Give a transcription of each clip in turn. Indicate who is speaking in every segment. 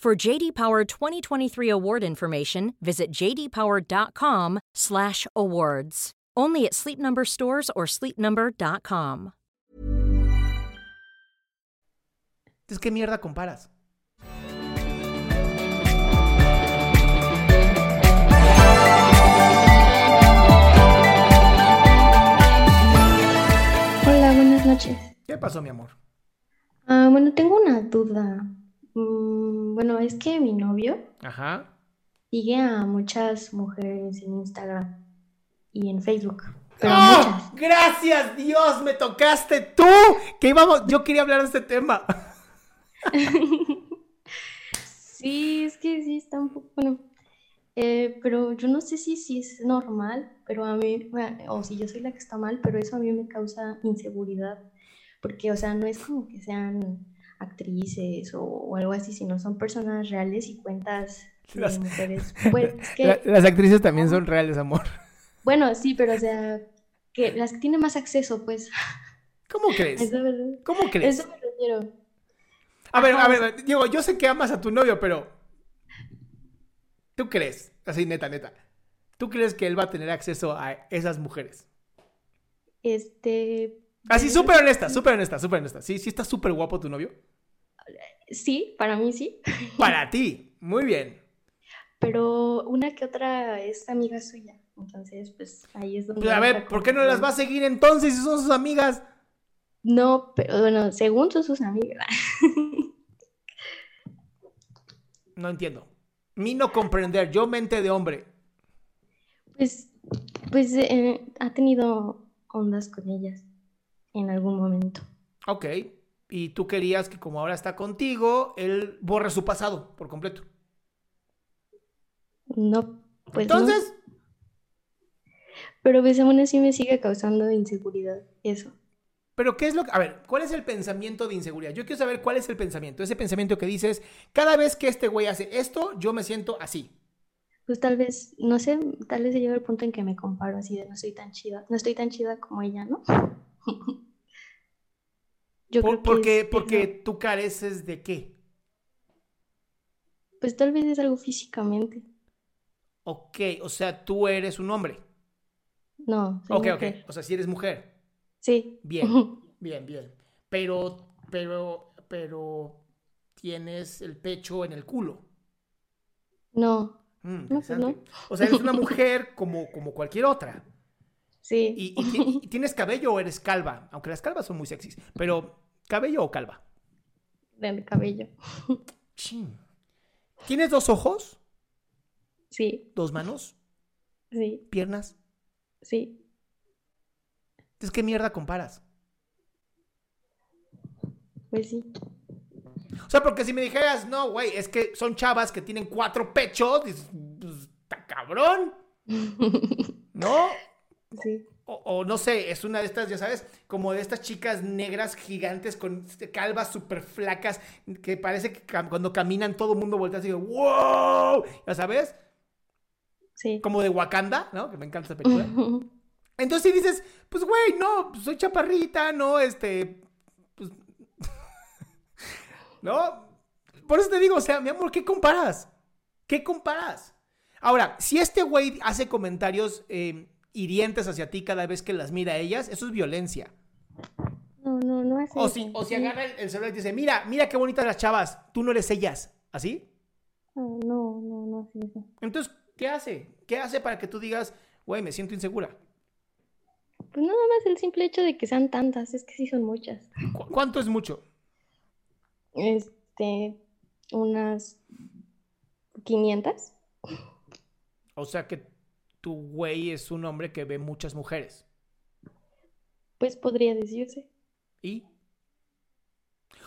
Speaker 1: For JD Power 2023 award information, visit jdpower.com/awards. Only at Sleep Number stores or sleepnumber.com.
Speaker 2: Entonces, ¿qué mierda comparas?
Speaker 3: Hola, buenas noches.
Speaker 2: ¿Qué pasó, mi amor?
Speaker 3: Ah, bueno, tengo una duda. Mm, bueno, es que mi novio
Speaker 2: Ajá.
Speaker 3: sigue a muchas mujeres en Instagram y en Facebook, pero
Speaker 2: ¡Oh!
Speaker 3: muchas.
Speaker 2: ¡Gracias, Dios! ¡Me tocaste tú! Que íbamos. Yo quería hablar de este tema.
Speaker 3: Sí, es que sí está un poco, bueno, eh, pero yo no sé si, si es normal, pero a mí, bueno, o si yo soy la que está mal, pero eso a mí me causa inseguridad, porque, o sea, no es como que sean actrices o, o algo así, sino son personas reales y cuentas de
Speaker 2: Las-
Speaker 3: mujeres, pues, es que...
Speaker 2: La- las actrices también son reales, amor.
Speaker 3: Bueno, sí, pero o sea, que las que tienen más acceso, pues.
Speaker 2: ¿Cómo
Speaker 3: a
Speaker 2: crees?
Speaker 3: Eso, me-
Speaker 2: ¿Cómo
Speaker 3: a
Speaker 2: crees?
Speaker 3: eso me refiero.
Speaker 2: A ver,
Speaker 3: Ajá,
Speaker 2: a
Speaker 3: o
Speaker 2: ver, Diego, yo sé que amas a tu novio, pero. ¿Tú crees? Así, neta, neta. ¿Tú crees que él va a tener acceso a esas mujeres?
Speaker 3: Este,
Speaker 2: Así,
Speaker 3: Yo-
Speaker 2: súper honesta, súper honesta, súper honesta. Sí, sí, está súper guapo tu novio.
Speaker 3: sí, para mí sí,
Speaker 2: Para ti. Muy bien.
Speaker 3: pero una que otra es amiga suya. Entonces, pues ahí es donde
Speaker 2: Pues, a ver,
Speaker 3: entra
Speaker 2: ¿por
Speaker 3: como
Speaker 2: qué no
Speaker 3: que-
Speaker 2: las va a seguir entonces si son sus amigas?
Speaker 3: No, pero bueno, según son sus amigas.
Speaker 2: No entiendo. Mi no comprender, yo mente de hombre.
Speaker 3: Pues, pues eh, ha tenido ondas con ellas en algún momento.
Speaker 2: Ok. Y tú querías que como ahora está contigo, él borre su pasado por completo.
Speaker 3: No, pues no.
Speaker 2: Entonces,
Speaker 3: Pero pues aún así me sigue causando inseguridad eso.
Speaker 2: ¿pero qué es lo que... A ver, ¿cuál es el pensamiento de inseguridad? Yo quiero saber cuál es el pensamiento. Ese pensamiento que dices, cada vez que este güey hace esto, yo me siento así.
Speaker 3: Pues tal vez, no sé, tal vez se llega el punto en que me comparo así de no soy tan chida, no estoy tan chida como ella, ¿no? Yo
Speaker 2: Por-
Speaker 3: creo que
Speaker 2: porque
Speaker 3: es
Speaker 2: porque
Speaker 3: eso.
Speaker 2: tú careces de qué.
Speaker 3: Pues tal vez es algo físicamente.
Speaker 2: Ok, o sea, tú eres un hombre.
Speaker 3: No, soy
Speaker 2: Ok, ok.
Speaker 3: mujer.
Speaker 2: O sea, si eres mujer.
Speaker 3: Sí.
Speaker 2: Bien. Bien, bien. Pero, pero, pero tienes el pecho en el culo.
Speaker 3: No,
Speaker 2: Mm,
Speaker 3: No, pues
Speaker 2: interesante.
Speaker 3: no.
Speaker 2: O sea, eres una mujer como, como cualquier otra.
Speaker 3: sí.
Speaker 2: Y, y ti- y tienes cabello o eres calva, aunque las calvas son muy sexys. Pero, ¿cabello o calva?
Speaker 3: Del cabello.
Speaker 2: Chin. ¿Tienes dos ojos?
Speaker 3: Sí,
Speaker 2: ¿Dos manos?
Speaker 3: sí,
Speaker 2: ¿Piernas?
Speaker 3: sí.
Speaker 2: Entonces, ¿qué mierda comparas?
Speaker 3: Pues sí.
Speaker 2: O sea, porque si me dijeras, no, güey, es que son chavas que tienen cuatro pechos, dices, pues, está cabrón. ¿No?
Speaker 3: Sí.
Speaker 2: O, o no sé, es una de estas, ya sabes, como de estas chicas negras gigantes con calvas súper flacas que parece que cam- cuando caminan todo el mundo voltea así, wow, ya sabes,
Speaker 3: Sí.
Speaker 2: como de Wakanda, ¿no? Que me encanta esa película. Entonces sí dices, pues güey, no, pues, soy chaparrita, no, este, pues, ¿no? Por eso te digo, o sea, mi amor, ¿qué comparas? ¿Qué comparas? Ahora, si este güey hace comentarios eh, hirientes hacia ti cada vez que las mira a ellas, eso es violencia.
Speaker 3: No, no, no es
Speaker 2: O
Speaker 3: eso.
Speaker 2: si, o si agarra el, el celular y te dice, mira, mira qué bonitas las chavas, tú no eres ellas. ¿Así?
Speaker 3: No, Ah, no, no, no es eso.
Speaker 2: Entonces, ¿qué hace? ¿Qué hace para que tú digas, güey, me siento insegura?
Speaker 3: Pues nada más el simple hecho de que sean tantas, es que sí son muchas.
Speaker 2: ¿Cu- ¿Cuánto es mucho?
Speaker 3: Este, unas 500.
Speaker 2: O sea que tu güey es un hombre que ve muchas mujeres.
Speaker 3: Pues podría decirse.
Speaker 2: ¿Y?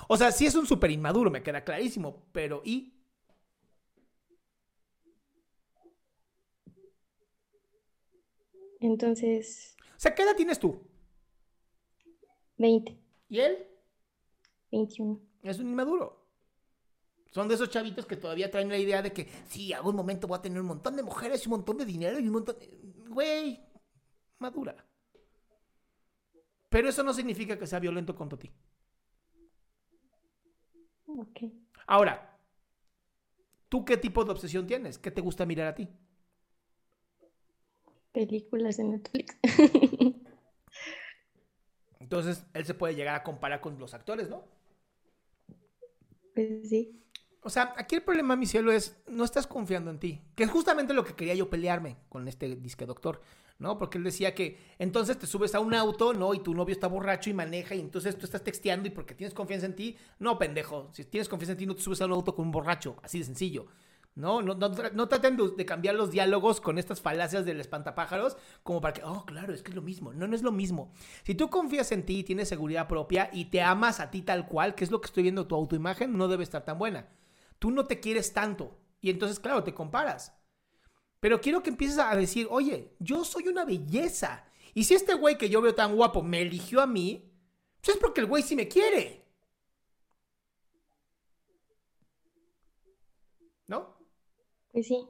Speaker 2: O sea, sí es un súper inmaduro, me queda clarísimo, pero ¿y?
Speaker 3: Entonces,
Speaker 2: O sea, ¿qué edad tienes tú?
Speaker 3: 20,
Speaker 2: ¿Y él?
Speaker 3: 21.
Speaker 2: Es un inmaduro. Son de esos chavitos que todavía traen la idea de que sí, algún momento voy a tener un montón de mujeres y un montón de dinero y un montón... Güey, madura. Pero eso no significa que sea violento contra ti.
Speaker 3: Ok.
Speaker 2: Ahora, ¿tú qué tipo de obsesión tienes? ¿Qué te gusta mirar a ti?
Speaker 3: Películas de Netflix.
Speaker 2: Entonces, él se puede llegar a comparar con los actores, ¿no?
Speaker 3: Pues sí.
Speaker 2: O sea, aquí el problema, mi cielo, es no estás confiando en ti. Que es justamente lo que quería yo pelearme con este disque doctor, ¿no? Porque él decía que entonces te subes a un auto, ¿no? Y tu novio está borracho y maneja, y entonces tú estás texteando y porque tienes confianza en ti. No, pendejo. Si tienes confianza en ti, no te subes a un auto con un borracho. Así de sencillo. No, no, no, tra- no traten de, de cambiar los diálogos con estas falacias del espantapájaros como para que, oh, claro, es que es lo mismo. No, no es lo mismo. Si tú confías en ti, tienes seguridad propia y te amas a ti tal cual, que es lo que estoy viendo, tu autoimagen no debe estar tan buena tú no te quieres tanto. Y entonces, claro, te comparas. Pero quiero que empieces a decir, oye, yo soy una belleza. Y si este güey que yo veo tan guapo me eligió a mí, pues es porque el güey sí me quiere. ¿No?
Speaker 3: Pues sí.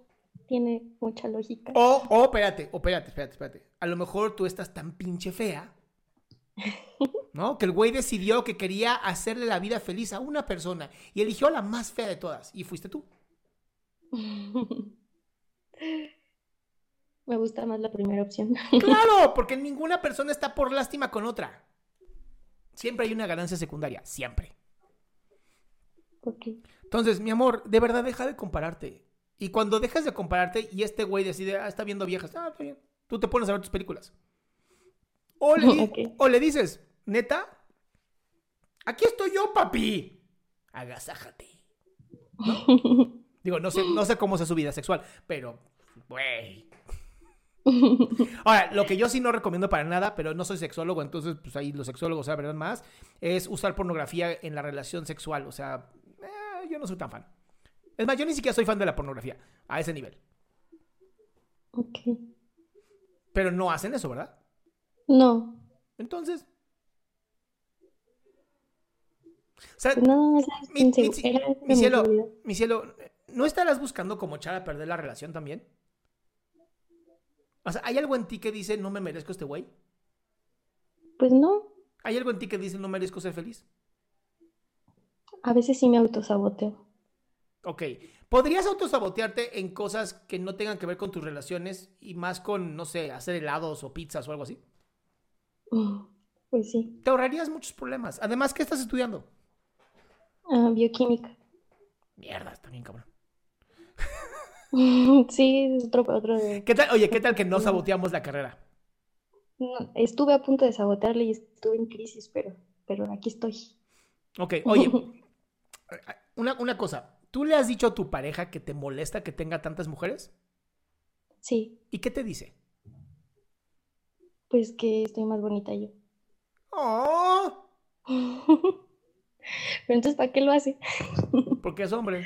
Speaker 3: Tiene mucha lógica.
Speaker 2: O, o, espérate, o, espérate, espérate, espérate. A lo mejor tú estás tan pinche fea, ¿no? Que el güey decidió que quería hacerle la vida feliz a una persona y eligió a la más fea de todas. Y fuiste tú.
Speaker 3: Me gusta más la primera opción.
Speaker 2: Claro, porque ninguna persona está por lástima con otra. Siempre hay una ganancia secundaria, siempre.
Speaker 3: Ok.
Speaker 2: Entonces, mi amor, de verdad deja de compararte. Y cuando dejas de compararte y este güey decide, ah, está viendo viejas, ah, está bien. Tú te pones a ver tus películas. O le, di-
Speaker 3: Ok.
Speaker 2: o le dices, neta, aquí estoy yo, papi. Agasájate. ¿No? Digo, no sé, no sé cómo sea su vida sexual, pero, güey. Ahora, lo que yo sí no recomiendo para nada, pero no soy sexólogo, entonces pues ahí los sexólogos sabrán más, es usar pornografía en la relación sexual. O sea, eh, yo no soy tan fan. Es más, yo ni siquiera soy fan de la pornografía, a ese nivel.
Speaker 3: Ok.
Speaker 2: Pero no hacen eso, ¿verdad?
Speaker 3: No.
Speaker 2: Entonces... O sea,
Speaker 3: Pues nada más es
Speaker 2: mi, mi-
Speaker 3: insegu-
Speaker 2: mi-
Speaker 3: era
Speaker 2: mi cielo,
Speaker 3: inseguridad.
Speaker 2: mi cielo, ¿no estarás buscando como echar a perder la relación también? O sea, ¿hay algo en ti que dice no me merezco este güey?
Speaker 3: Pues no.
Speaker 2: ¿Hay algo en ti que dice no merezco ser feliz?
Speaker 3: A veces sí me autosaboteo.
Speaker 2: Ok. ¿Podrías autosabotearte en cosas que no tengan que ver con tus relaciones y más con, no sé, hacer helados o pizzas o algo así?
Speaker 3: Pues sí.
Speaker 2: Te ahorrarías muchos problemas. Además, ¿qué estás estudiando?
Speaker 3: Ah, bioquímica.
Speaker 2: Mierda, está bien, cabrón.
Speaker 3: Sí, es otro, otro de-
Speaker 2: ¿Qué tal? Oye, ¿qué tal que no saboteamos la carrera?
Speaker 3: No, estuve a punto de sabotearle y estuve en crisis, pero, pero aquí estoy.
Speaker 2: Ok, oye, una, una cosa. ¿Tú le has dicho a tu pareja que te molesta que tenga tantas mujeres?
Speaker 3: Sí,
Speaker 2: ¿Y qué te dice?
Speaker 3: pues que estoy más bonita yo.
Speaker 2: ¡Oh!
Speaker 3: Pero entonces, ¿para qué lo hace?
Speaker 2: Porque es hombre.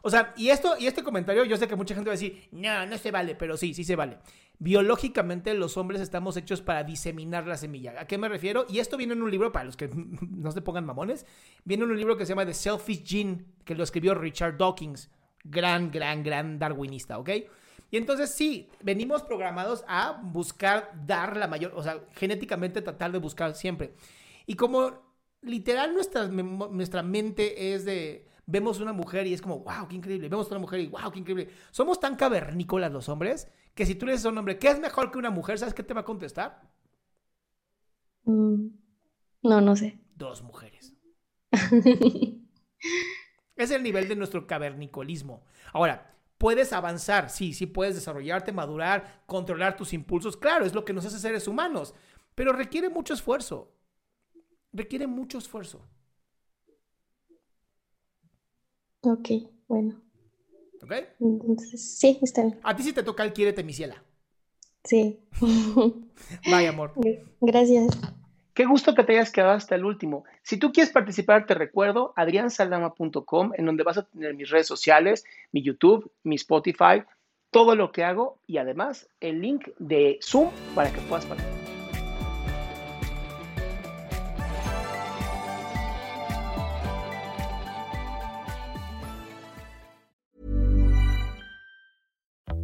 Speaker 2: O sea, y esto, y este comentario, yo sé que mucha gente va a decir, no, no se vale, pero sí, sí se vale. Biológicamente los hombres estamos hechos para diseminar la semilla. ¿A qué me refiero? Y esto viene en un libro, para los que no se pongan mamones, viene en un libro que se llama The Selfish Gene, que lo escribió Richard Dawkins, gran, gran, gran darwinista, ¿ok? Y entonces sí, venimos programados a buscar dar la mayor, o sea, genéticamente tratar de buscar siempre. Y como literal nuestra, memo- nuestra mente es de vemos una mujer y es como, wow, qué increíble. Vemos una mujer y wow, qué increíble. Somos tan cavernícolas los hombres que si tú le dices a un hombre, ¿qué es mejor que una mujer? ¿Sabes qué te va a contestar?
Speaker 3: Mm, No, no sé.
Speaker 2: Dos mujeres. Es el nivel de nuestro cavernicolismo. Ahora, puedes avanzar, sí, sí puedes desarrollarte, madurar, controlar tus impulsos. Claro, es lo que nos hace seres humanos, pero requiere mucho esfuerzo. Requiere mucho esfuerzo.
Speaker 3: Ok, bueno.
Speaker 2: ¿Ok?
Speaker 3: Entonces, sí, está bien.
Speaker 2: A ti sí te toca el quiérete, mi ciela.
Speaker 3: Sí.
Speaker 2: Vaya, amor.
Speaker 3: Gracias.
Speaker 4: Qué gusto que te hayas quedado hasta el último. Si tú quieres participar, te recuerdo adriansaldama.com, en donde vas a tener mis redes sociales, mi YouTube, mi Spotify, todo lo que hago y además el link de Zoom para que puedas participar.